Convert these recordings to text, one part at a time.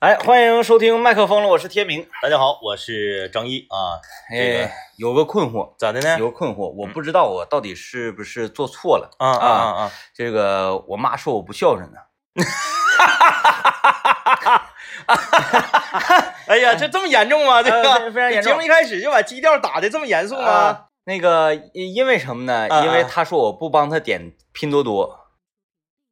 哎，欢迎收听麦克风了，我是天明。大家好，我是张一啊。这个哎，有个困惑，咋的呢？有个困惑，我不知道我到底是不是做错了。啊啊啊啊！这个我妈说我不孝顺呢。哎呀，这这么严重吗？这呃个非非常严重节目一开始就把基调打的这么严肃吗？啊，那个因因为什么呢？啊因为啊她说我不帮她点拼多多。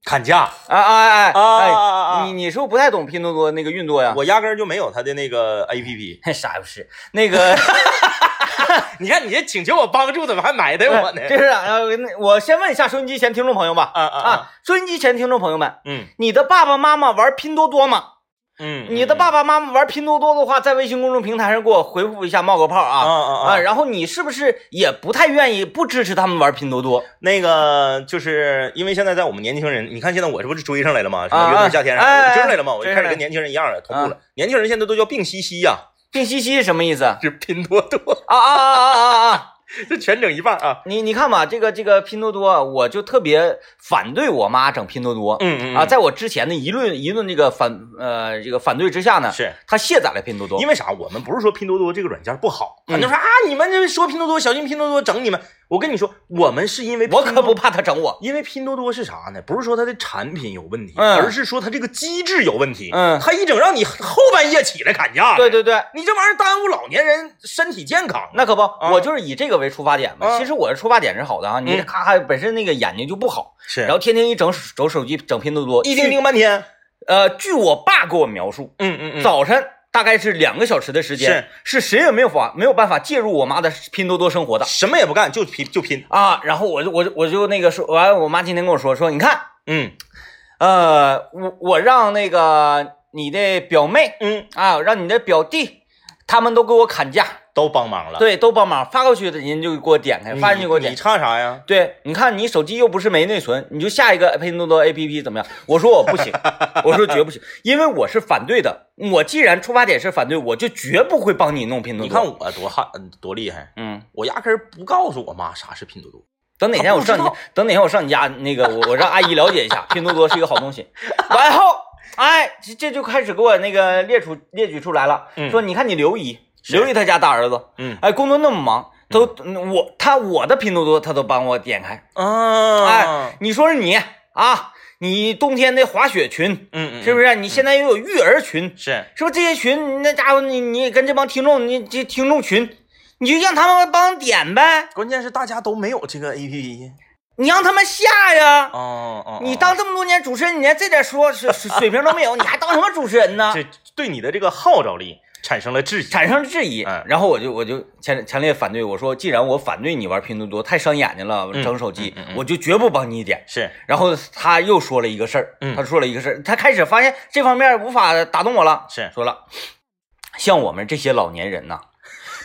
砍价，啊哎哎啊哎啊啊啊你你是不是不太懂拼多多那个运 作呀？我压根儿就没有他的那个 A P P。啥也不是，那 个你看你这请求我帮助，怎么还埋汰 我呢？这是啊，呃那我先问一下收音机前听众朋友吧。啊啊啊！啊，收音机前听众朋友们，嗯你的爸爸妈妈玩拼多多吗？嗯，你的爸爸妈妈玩拼多多的话，在微信公众平台上给我回复一下，冒个泡啊啊啊啊！然后你是不是也不太愿意不支持他们玩拼多多？那个就是因为现在在我们年轻人，你看现在我这不是追上来了吗？什么啊约等夏天上，哎我追上来了吗？我就追开上始来跟年轻人一样了，同步啊了。年轻人现在都叫病西西呀，病西西是什么意思？啊这拼多多， 啊啊啊啊啊啊！这全整一半啊。你你看吧，这个这个拼多多，我就特别反对我妈整拼多多。嗯嗯啊，在我之前的一论一论这个反呃这个反对之下呢，是她卸载了拼多多嗯因。为啥？我们不是说拼多多这个软件不好，很多人说啊，你们这说拼多多，小心拼多多整你们。我跟你说，我们是因为拼我多可不，怕她整我。因为拼多多是啥呢？不是说它的产品有问题，嗯而是说它这个机制有问题。嗯 它一整让你后半夜起来砍价，对，对对，你这玩意儿耽误老年人身体健康。那可不，我就是以这个为出发点嘛。啊其实我的出发点是好的啊，你嗯咔咔本身那个眼睛就不好，是然后天天一整手手机整拼多多，一盯据盯半天。呃，据我爸给我描述，嗯嗯嗯，早晨大概是两个小时的时间，是谁也没有法没有办法介入我妈的拼多多生活的什么也不干，就拼就拼。啊。然后我就我就我就那个说完，我妈今天跟我说说，你看，嗯呃，我我让那个你的表妹嗯，啊，让你的表弟，他们都给我砍价，都帮忙了。，对，都帮忙发过去的，人就给我点开，嗯发人就给我你点。差啥呀？对，你看你手机又不是没内存，你就下一个哎拼多多 APP 怎么样？我说我不行，我说绝不行，因为我是反对的。我既然出发点是反对，我就绝不会帮你弄拼多你多。看，我多悍，多厉害！嗯，我压根儿不告诉我妈啥是拼多多。等哪天我上你他不，等哪天我上你家，那个我我让阿姨了解一下，拼多多是一个好东西。完后，哎，这这就开始给我那个列出列举出来了，嗯说你看你刘姨，刘姨她家大儿子，嗯哎，工作那么忙，都、嗯我他我的拼多多他都帮我点开。啊，哎，，你说是你啊，你冬天的滑雪群嗯嗯，是不啊是？是？你现在又有育儿群，是，是不是？这些群，那家伙你你也跟这帮听众，你这听众群，你就让他们帮点呗，关键是大家都没有这个 A P P。你让他们下呀。哦哦你当这么多年主持人，你连这点说水水水平都没有，你还当什么主持人呢？这对你的这个号召力产生了质疑，产生了质疑嗯，然后我就我就强强烈反对，我说既然我反对你玩拼多多，太伤眼睛了，嗯整手机嗯嗯，嗯我就绝不帮你点。是，然后他又说了一个事儿，嗯他说了一个事儿，他开始发现这方面无法打动我了，是说了，像我们这些老年人呐、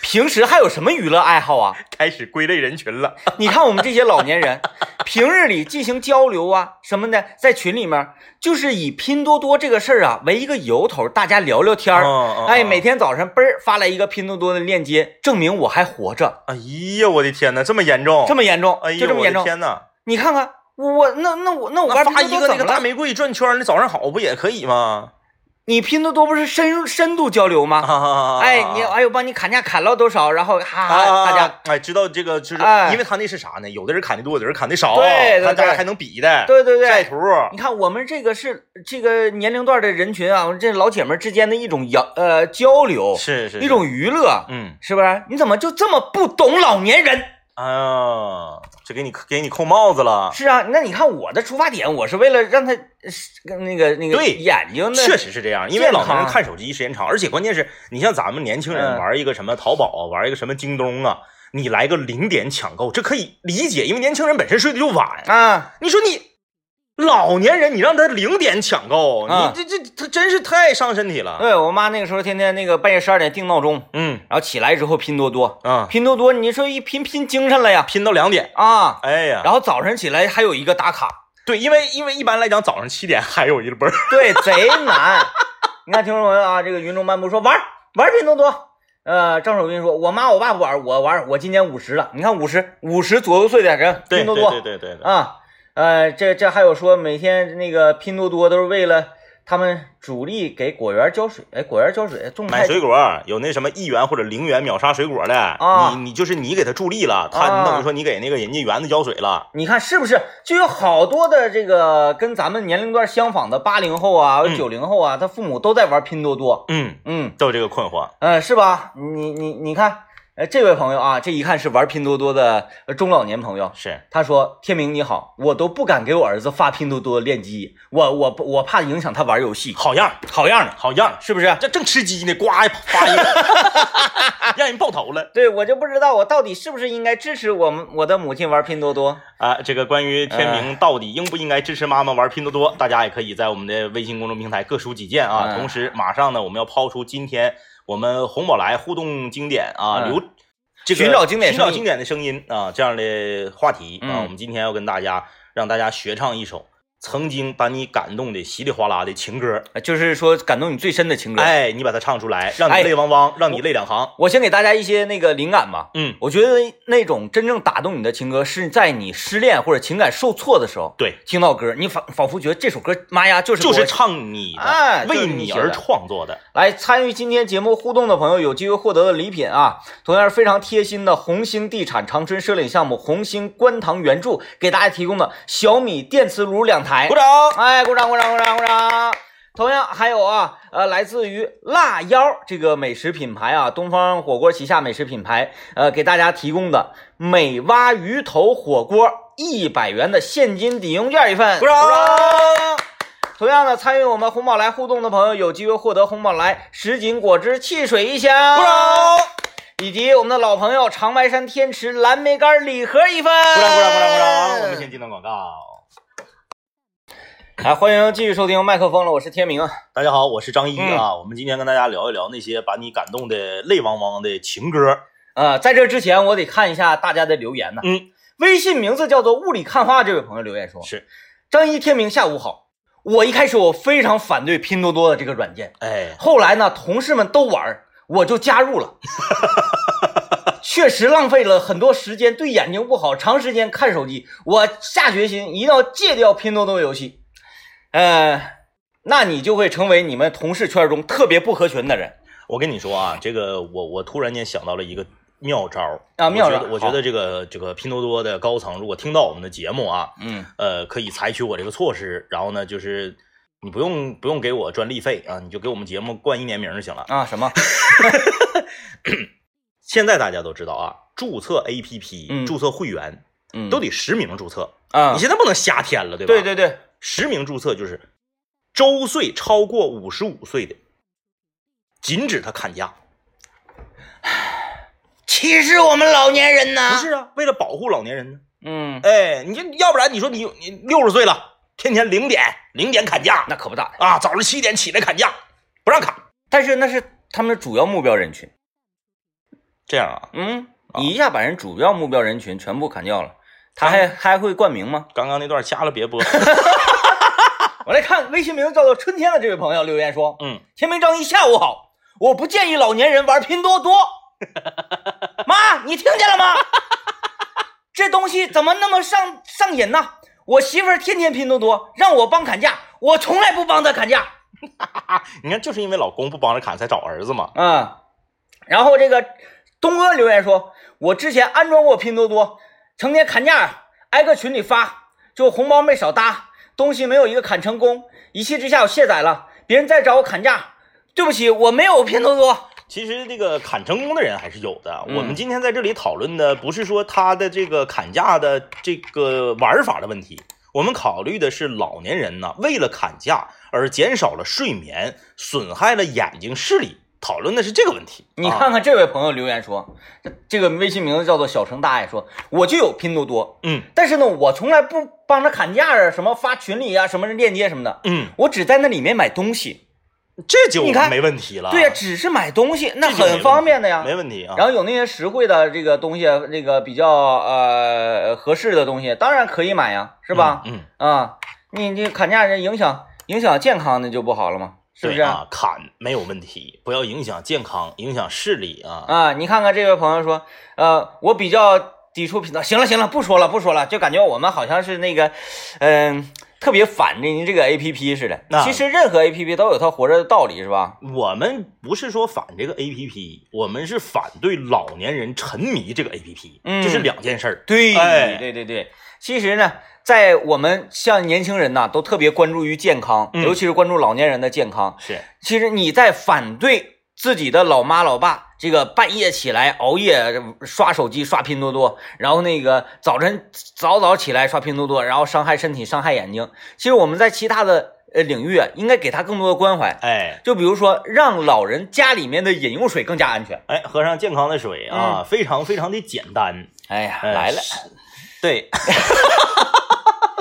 平时还有什么娱乐爱好 啊？开始归类人群了。你看我们这些老年人，平日里进行交流啊什么的，在群里面就是以拼多多这个事儿啊为一个由头，大家聊聊天儿。哦哎，每，天早上嘣儿发来一个拼多多的链接，证明我还活着，哎呀，我的天哪，这么严重，这么，么严重，哎呀，就这么严我的重。天哪，你看看我那那我那我那玩发拼一多多个那怎么个大了？玫瑰转圈儿，那早上好不也可以吗？你拼多多不是深入深度交流吗？啊哎，你哎呦，帮你砍价砍了多少？然后哈哈，啊，大家哎，知道这个就是哎，因为他那是啥呢？有的人砍的多，有的人砍的少，对对他大家对还能比的，对对嗯晒对，图，你看我们这个是这个年龄段的人群啊，这老姐们之间的一种交呃交流，是是一，种娱乐是，嗯是不是？你怎么就这么不懂老年人？啊，这给你给你扣帽子了。是啊，那你看我的出发点，我是为了让他呃是那个那个对眼睛那确实是这样，因为健老年人康看手机时间长，而且关键是你像咱们年轻人嗯玩一个什么淘宝啊，玩一个什么京东啊，你来个零点抢购，这可以理解，因为年轻人本身睡得就晚。啊，你说你老年人，你让他零点抢购，啊你这这他真是太伤身体了。对我妈那个时候天天那个半夜十二点定闹钟，嗯然后起来之后拼多多，啊，拼多多，你说一拼拼精神了呀拼到两点，啊！哎呀，然后早晨起来还有一个打卡，对，因为因为一般来讲早上七点还有一波儿，对，贼难。你看听众朋友啊，这个云中漫步说玩儿玩儿拼多多。呃，张守斌说，我妈我爸不玩儿，我玩儿，我今年五十了。你看五十五十左右岁的人对拼多对多对对对对，啊，呃，这这还有说每天那个拼多多都是为了他们主力给果园浇水，哎，果园浇水种买太水果有那什么一元或者零元秒杀水果的，啊你你就是你给他助力了，他啊你等于说你给那个人家园子浇水了，你看是不是就有好多的这个跟咱们年龄段相仿的八零后啊、嗯九零后啊，他父母都在玩拼多多，嗯，嗯，都有这个困惑，呃，是吧？你你你看，呃，这位朋友啊，这一看是玩拼多多的呃中老年朋友，是他说：“天明你好，我都不敢给我儿子发拼多多链接，我我不我怕影响他玩游戏，好样儿好样的，好样儿，是不是？这正吃鸡呢，呱一发一个， 让人爆头了对我就不知道我到底是不是应该支持我们我的母亲玩拼多多。啊！这个关于天哎明到底应不应该支持妈妈玩拼多多，大家也可以在我们的微信公众平台各抒己见啊。嗯同时，马上呢，我们要抛出今天我们红宝来互动经典啊，嗯留这个寻找经典寻声找音经典的声音啊这样的话题啊，嗯我们今天要跟大家让大家学唱一首曾经把你感动的稀里哗啦的情歌，呃就是说感动你最深的情歌。，哎，你把它唱出来，让你哎泪汪汪，让你泪两行，我先给大家一些那个灵感吧。嗯，我觉得那种真正打动你的情歌，是在你失恋或者情感受挫的时候对。听到歌，你仿仿佛觉得这首歌，妈呀，就是就给是我唱你的，哎就是为你你写而的创作的。来参与今天节目互动的朋友，有机会获得的礼品啊，同样是非常贴心的红星地产长春摄影项目红星观塘原著给大家提供的小米电磁炉两台鼓。掌！哎，鼓掌，鼓掌，鼓掌，鼓掌！同样还有啊，呃，来自于辣腰这个美食品牌啊，东方火锅旗下美食品牌，呃，给大家提供的美蛙鱼头火锅一百元的现金抵用券一份，鼓掌同样呢，参与我们红宝来互动的朋友，有机会获得红宝来什锦果汁汽水一箱，鼓掌！以及我们的老朋友长白山天池蓝莓干礼盒一份，鼓鼓 掌鼓掌鼓掌鼓掌！我们先进段广告。来，哎欢迎继续收听麦克风了，我是天明啊。大家好，我是张一啊。我们今天跟大家聊一聊那些把你感动的泪汪汪的情歌。呃，在这之前，我得看一下大家的留言呢。嗯，微信名字叫做雾里看花，这位朋友留言说：“是，张一天明下午好。我一开始我非常反对拼多多的这个软件，哎，后来呢，同事们都玩儿，我就加入 了。确实浪费了很多时间，对眼睛不好。长时间看手机，我下决心一定要戒掉拼多多游戏。呃，那你就会成为你们同事圈中特别不合群的人。我跟你说啊，这个我我突然间想到了一个妙招儿啊妙招我觉儿得我觉得这个这个拼多多的高层如果听到我们的节目啊，嗯，呃，可以采取我这个措施，然后呢，就是你不用不用给我专利费啊，你就给我们节目冠一年名儿就行了。啊，什么？现在大家都知道啊，注册 APP、嗯注册会员嗯，都得实名注册，啊你，现在不能瞎添了，对吧？对对对，实名注册就是周岁超过五十五岁的，禁止他砍价。歧视我们老年人不呐。是啊，为了保护老年人呢。嗯，哎，你这要不然你说你你六十岁了，天天零点零点砍价那可不咋。啊，早上七点起来砍价，不让砍。但是那是他们的主要目标人群。这样啊，嗯，啊你一下把人主要目标人群全部砍掉了，他还还会冠名吗？刚刚那段掐了别播。 我来看微信名叫做春天的这位朋友留言说嗯，：“天明张一下午好，我不建议老年人玩拼多多。妈，你听见了吗？ 这东西怎么那么上上瘾呢？我媳妇儿天天拼多多，让我帮砍价，我从来不帮她砍价。你看，就是因为老公不帮着砍，才找儿子嘛。啊，然后这个东哥留言说，我之前安装过拼多多，成天砍价，挨个群里发，就红包没少搭，东西没有一个砍成功，一气之下我卸载了，别人再找我砍价，对不起，我没有拼多多。其实这个砍成功的人还是有的。嗯我们今天在这里讨论的不是说他的这个砍价的这个玩法的问题，我们考虑的是老年人呢为了砍价而减少了睡眠，损害了眼睛视力。讨论的是这个问题。你啊看看这位朋友留言说，这这个微信名字叫做小城大爱说，我就有拼多多，嗯但是呢，我从来不帮他砍价啊，什么发群里啊，什么链接什么的，嗯，我只在那里面买东西。这就你看没问题了。对呀、只是买东西，那啊这就没问题很方便的呀。没问题啊。然后有那些实惠的这个东西，啊这个比较呃合适的东西，当然可以买呀，是吧？嗯，嗯啊，你你砍价人影响影响健康，那就不好了嘛，是不是？对啊？砍没有问题，不要影响健康，影响视力啊。啊你看看这位朋友说，呃，我比较抵触频道。行了行了，不说了不说了，就感觉我们好像是那个，嗯、特别反着您这个 A P P 似的那。其实任何 A P P 都有它活着的道理，是吧？我们不是说反这个 A P P，我们是反对老年人沉迷这个 A P P，、嗯这是两件事儿。对哎对对对。其实呢，在我们像年轻人呐、都特别关注于健康，嗯尤其是关注老年人的健康。是，其实你在反对自己的老妈老爸，这个半夜起来熬夜刷手机、刷拼多多，然后那个早晨早早起来刷拼多多，然后伤害身体、伤害眼睛。其实我们在其他的呃领域啊，应该给他更多的关怀，哎就比如说让老人家里面的饮用水更加安全。哎，喝上健康的水啊，非常非常的简单。哎呀，哎嗯来了，对，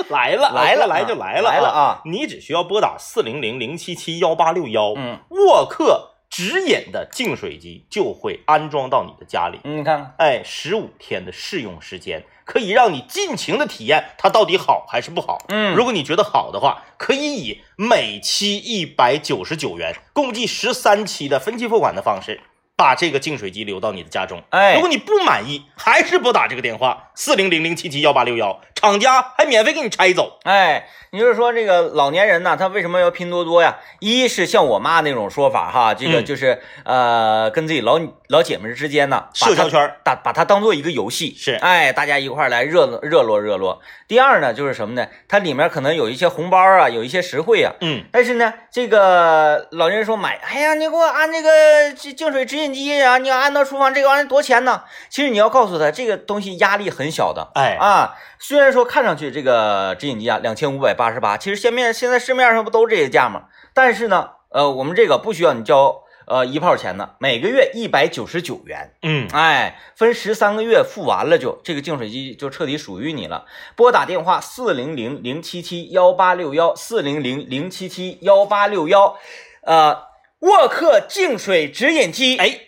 来了 来了来就来了，来了啊！你只需要拨打四零零零七七幺八六幺，嗯沃克直饮的净水机就会安装到你的家里。嗯你看看，哎，十五天的试用时间，可以让你尽情的体验它到底好还是不好。嗯如果你觉得好的话，可以以每期一百九十九元，共计十三期的分期付款的方式，把这个净水机留到你的家中。哎如果你不满意，还是拨打这个电话四零零零七七幺八六幺，厂家还免费给你拆走。哎，你就是说这个老年人呐，他为什么要拼多多呀？一是像我妈那种说法哈，这个嗯就是、呃，跟自己老老姐们儿之间呢，把社交她圈儿打把它当做一个游戏，是哎，大家一块儿来热络热络热络。第二呢，就是什么呢？它里面可能有一些红包啊，有一些实惠啊。嗯，但是呢，这个老年人说买，哎呀，你给我安这个净净水直饮机啊，你要安到厨房，这个玩意儿多钱呢？其实你要告诉他，这个东西压力很小的。哎，啊，虽然说看上去这个直饮机啊两千五百八十八，其实现面现在市面上不都这些价吗？但是呢，呃，我们这个不需要你交呃一炮钱的，每个月一百九十九元，嗯，哎，分十三个月付完了就，这个净水机就彻底属于你了。拨打电话四零零零七七幺八六幺四零零零七七幺八六幺，呃，沃克净水直饮机，，哎，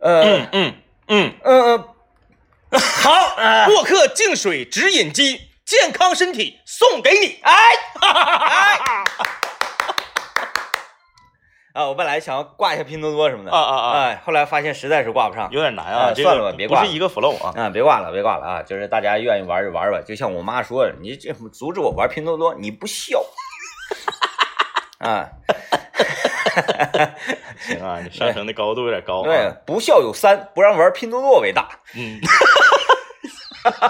呃，嗯嗯嗯嗯，哎嗯、呃好，沃克净水直饮机，健康身体送给你。啊哎，哎，啊，我本来想要挂一下拼多多什么的，啊啊啊！哎，后来发现实在是挂不上，有点难哎啊，这个算了吧别挂不是一个 flow 啊。啊，别挂了，别挂了啊，就是大家愿意玩就玩吧，就像我妈说的，你这阻止我玩拼多多，你不 孝。啊，行啊，你上升的高度有点高、啊。对，，不孝有三，不让玩拼多多为大。嗯。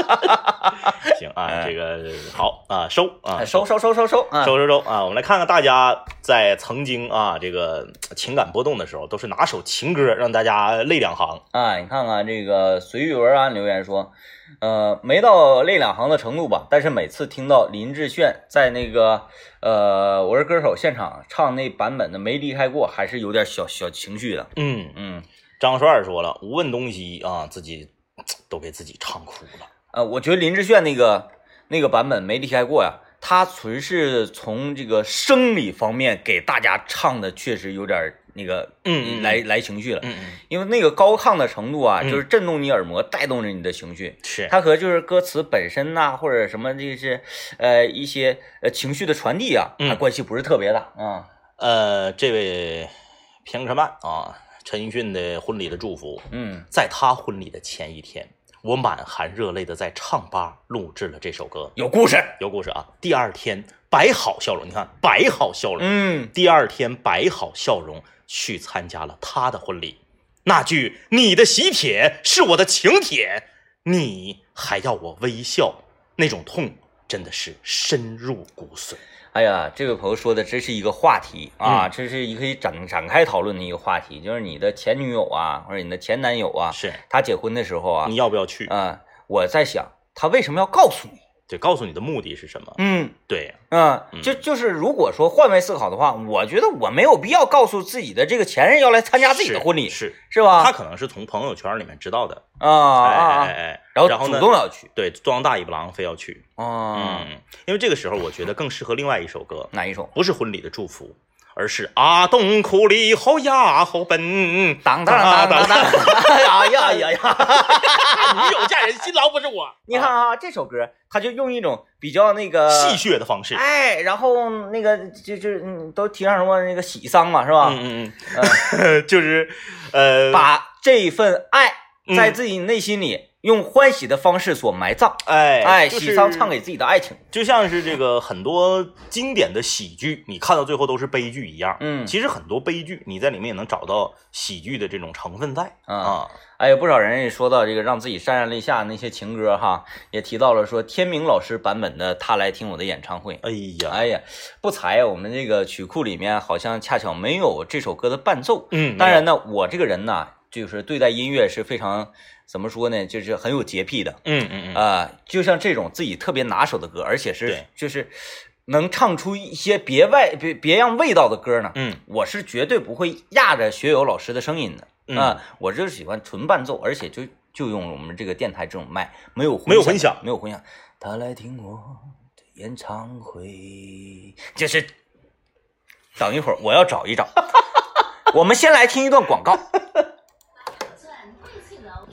行啊，哎这个好啊，收啊，哎收收收收收啊！收收收啊！我们来看看大家在曾经啊这个情感波动的时候，都是哪首情歌让大家泪两行？啊，你看看这个随遇而安留言说，呃，没到泪两行的程度吧，但是每次听到林志炫在那个呃《我是歌手》现场唱那版本的《没离开过》，还是有点小小情绪的。嗯，嗯，张帅说了，无问东西啊，自己都给自己唱哭了。呃，我觉得林志炫那个那个版本《没离开过》呀，他纯是从这个生理方面给大家唱的，确实有点那个嗯嗯嗯来来情绪了，嗯嗯，因为那个高亢的程度啊，嗯就是震动你耳膜，带动着你的情绪。是，它和就是歌词本身呐、或者什么这些，呃，一些呃情绪的传递啊，嗯它关系不是特别大啊。呃，这位平克曼啊，陈奕迅的婚礼的祝福，嗯在他婚礼的前一天，我满含热泪的在唱吧录制了这首歌，有故事。有故事啊。第二天摆好笑容，你看摆好笑容，嗯，第二天摆好笑容去参加了他的婚礼。那句“你的喜帖是我的请帖，你还要我微笑”，那种痛真的是深入骨髓。哎呀，这位朋友说的真是一个话题啊，嗯这是一个可以展展开讨论的一个话题，就是你的前女友啊，或者你的前男友啊，是他结婚的时候啊你，要不要去？啊，我在想他为什么要告诉你？对，告诉你的目的是什么？嗯。对，嗯，就就是如果说换位思考的话，我觉得我没有必要告诉自己的这个前任要来参加自己的是婚礼，是是吧？他可能是从朋友圈里面知道的。啊啊哎啊！哎哎，然后然后主呢动要去对，装大尾巴狼非要去。啊，嗯，因为这个时候我觉得更适合另外一首歌，哪一首？不是婚礼的祝福，而是阿东库里吼呀吼 奔，当当当当当！ 哎呀呀 呀！当，女友嫁人新郎不是我，你看啊，这首歌他就用一种比较那个 戏，谑的方式，哎，然后那个就就嗯，都提倡什么那个喜丧嘛，是吧？嗯嗯 嗯，就是呃，把这份爱在自己内心里用欢喜的方式所埋葬，哎哎，就喜是丧唱给自己的爱情。就像是这个很多经典的喜剧，你看到最后都是悲剧一样。嗯其实很多悲剧你在里面也能找到喜剧的这种成分在啊啊。哎，有不少人也说到这个让自己潸然泪下那些情歌哈，也提到了说天明老师版本的《他来听我的演唱会》。哎呀，哎呀，不才，我们这个曲库里面好像恰巧没有这首歌的伴奏。嗯，当然呢，我这个人呢，就是对待音乐是非常怎么说呢，就是很有洁癖的啊、没有，嗯嗯嗯，就像这种自己特别拿手的歌，而且是对就是能唱出一些别外别别样味道的歌呢，嗯我是绝对不会压着学友老师的声音的。嗯啊，我就是喜欢纯伴奏，而且就就用我们这个电台这种麦，没有没有混混响没有混响。他来听我的演唱会，就是等一会儿我要找一 找。我们先来听一段广告，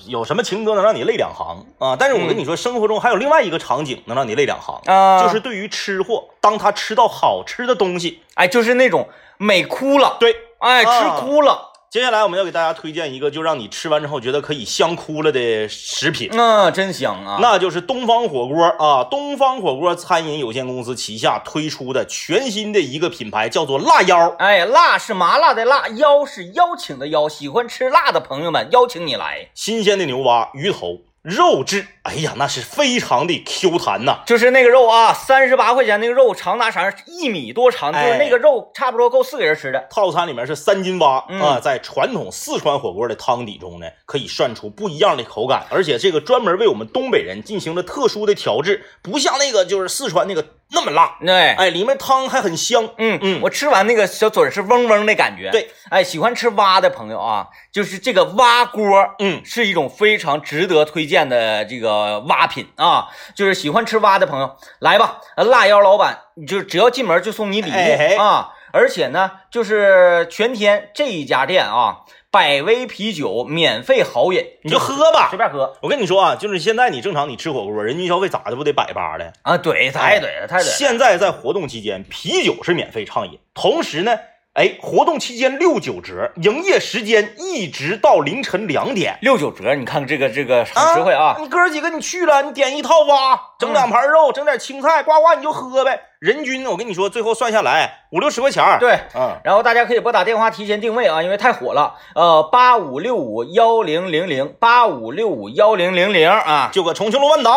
有什么情歌能让你泪两行啊？但是我跟你说，生活中还有另外一个场景能让你泪两行，啊就是对于吃货，当他吃到好吃的东西，哎，就是那种美哭了，对。哎，啊吃哭了，接下来我们要给大家推荐一个，就让你吃完之后觉得可以香哭了的食品。那、真香啊！那就是东方火锅啊！东方火锅餐饮有限公司旗下推出的全新的一个品牌，叫做辣腰。哎，辣是麻辣的辣，邀是邀请的邀，喜欢吃辣的朋友们，邀请你来，新鲜的牛蛙、鱼头、肉质，哎呀，那是非常的 Q 弹呐、就是那个肉啊，三十八块钱那个肉长达啥？一米多长，就哎是那个肉差不多够四个人吃的。套餐里面是三斤蛙嗯啊，在传统四川火锅的汤底中呢，可以涮出不一样的口感，而且这个专门为我们东北人进行了特殊的调制，不像那个就是四川那个那么辣，对，哎，里面汤还很香，嗯嗯我吃完那个小嘴儿是嗡嗡的感觉。对，哎，喜欢吃蛙的朋友啊，就是这个蛙锅。嗯，是一种非常值得推荐的这个蛙品啊，就是喜欢吃蛙的朋友来吧，呃辣腰老板，你就只要进门就送你礼物、哎啊！而且呢，就是全天这一家店啊，百威啤酒免费豪饮，你就喝吧随。便喝我跟你说啊，就是现在你正常你吃火锅，人均消费咋的不得百八的？啊！对，哎太对了，太对了。现在在活动期间，啤酒是免费畅饮，同时呢，哎，活动期间六九折，营业时间一直到凌晨两点。六九折，你看这个这个很实惠啊！嗯你哥几个你去了，你点一套蛙，整两盘肉，整点青菜，呱呱你就喝呗。人均我跟你说，最后算下来五六十块钱儿。，对，嗯，然后大家可以拨打电话提前定位啊，因为太火了。呃，八五六五幺零零零，八五六五幺零零零啊，就搁重庆路万达。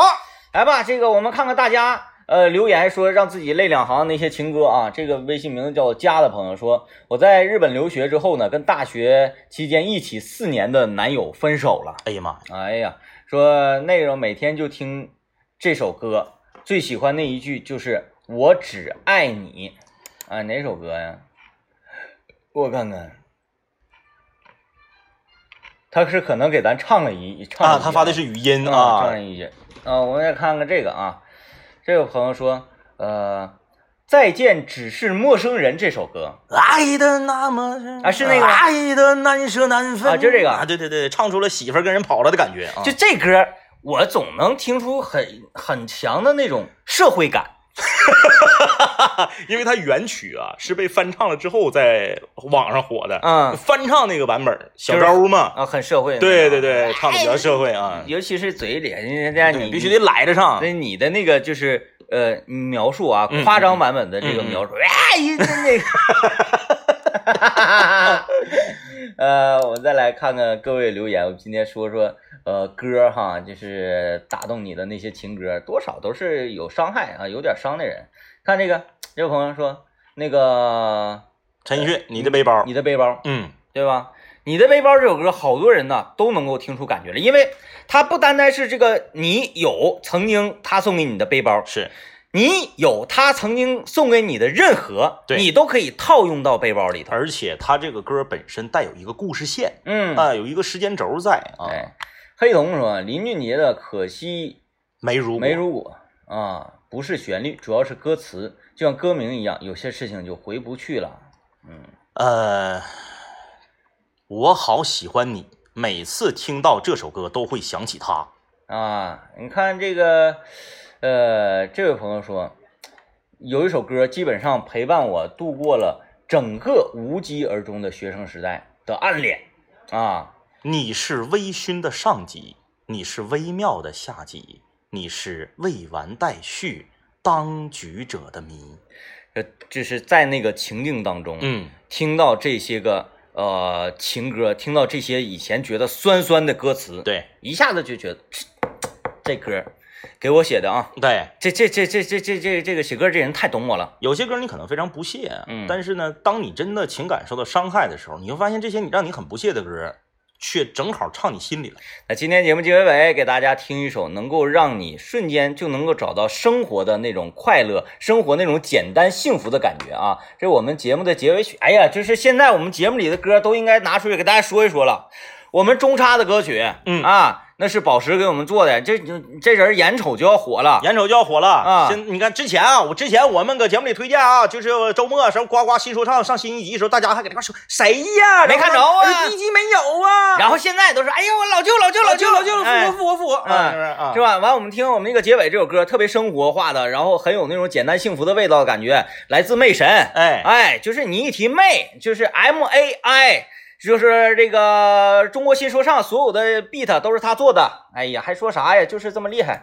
来吧，这个我们看看大家呃留言说让自己泪两行那些情歌啊。这个微信名字叫家的朋友说，我在日本留学之后呢，跟大学期间一起四年的男友分手了。哎呀妈呀，哎呀，说那个每天就听这首歌，最喜欢那一句就是“我只爱你”，啊，哪首歌呀？我看看，他是可能给咱唱了一唱了啊，一他发的遍是语音啊，啊唱，一句啊，我们再看看这个啊，这位朋友说，呃，再见只是陌生人这首歌，爱的那么深啊是那个吗爱的难舍难分啊就这个啊，对对对，唱出了媳妇儿跟人跑了的感觉啊，就这歌，我总能听出很很强的那种社会感。因为它原曲啊是被翻唱了之后在网上火的，嗯翻唱那个版本小就是昭嘛，啊，很社会的。对对，对，唱的比较社会啊，尤其是嘴里，人家对你必须得来着唱，那你的那个就是呃描述啊啊嗯，夸张版本的这个描述，哎，一那个。 呃，我们再来看看各位留言。我们今天说说，呃，歌哈，就是打动你的那些情歌，多少都是有伤害啊，有点伤的人。看这个，这位朋友说，那个陈奕迅，你的背包，你的背包，嗯，对吧？你的背包这首歌，好多人呢都能够听出感觉了，因为它不单单是这个你有曾经他送给你的背包，是你有他曾经送给你的任何，对你都可以套用到背包里头。而且它这个歌本身带有一个故事线嗯，啊，有一个时间轴在啊，哎，黑瞳说林俊杰的《可惜没如没果如果》啊，不是旋律，主要是歌词，就像歌名一样，有些事情就回不去了。呃，我好喜欢你，每次听到这首歌都会想起他。啊，你看这个，呃，这位朋友说，有一首歌基本上陪伴我度过了整个无疾而终的学生时代的暗恋啊，你是微醺的上级，你是微妙的下集，你是未完待续，当局者的谜。呃，就是在那个情境当中，嗯，听到这些个呃情歌，听到这些以前觉得酸酸的歌词，，对一下子就觉得这这歌给我写的啊，对，这这这这这这这这个写歌这人太懂我了，有些歌你可能非常不屑，啊嗯但是呢，当你真的情感受到伤害的时候，你会发现这些你让你很不屑的歌，却正好唱你心里了。那今天节目结尾尾给大家听一首能够让你瞬间就能够找到生活的那种快乐，生活那种简单幸福的感觉啊！这是我们节目的结尾曲。哎呀，就是现在我们节目里的歌都应该拿出来给大家说一说了。我们中插的歌曲，嗯啊，那是宝石给我们做的。这这这人眼瞅就要火了，眼瞅就要火了啊现你看之前啊，我之前我们搁节目里推荐啊，就是周末时候呱呱新说唱上新一集的时候，大家还搁这块说谁呀？没看着啊然后说第一集没有啊。然后现在都是哎呀，我老舅老舅老舅舅老舅，哎复活复活复活，嗯是不是啊是？吧？完，我们听我们那个结尾这首歌，特别生活化的，然后很有那种简单幸福的味道的感觉，来自魅神。哎哎，就是你一提魅，就是 M A I，就是这个中国新说唱所有的 beat 都是他做的。哎呀，还说啥呀？就是这么厉害。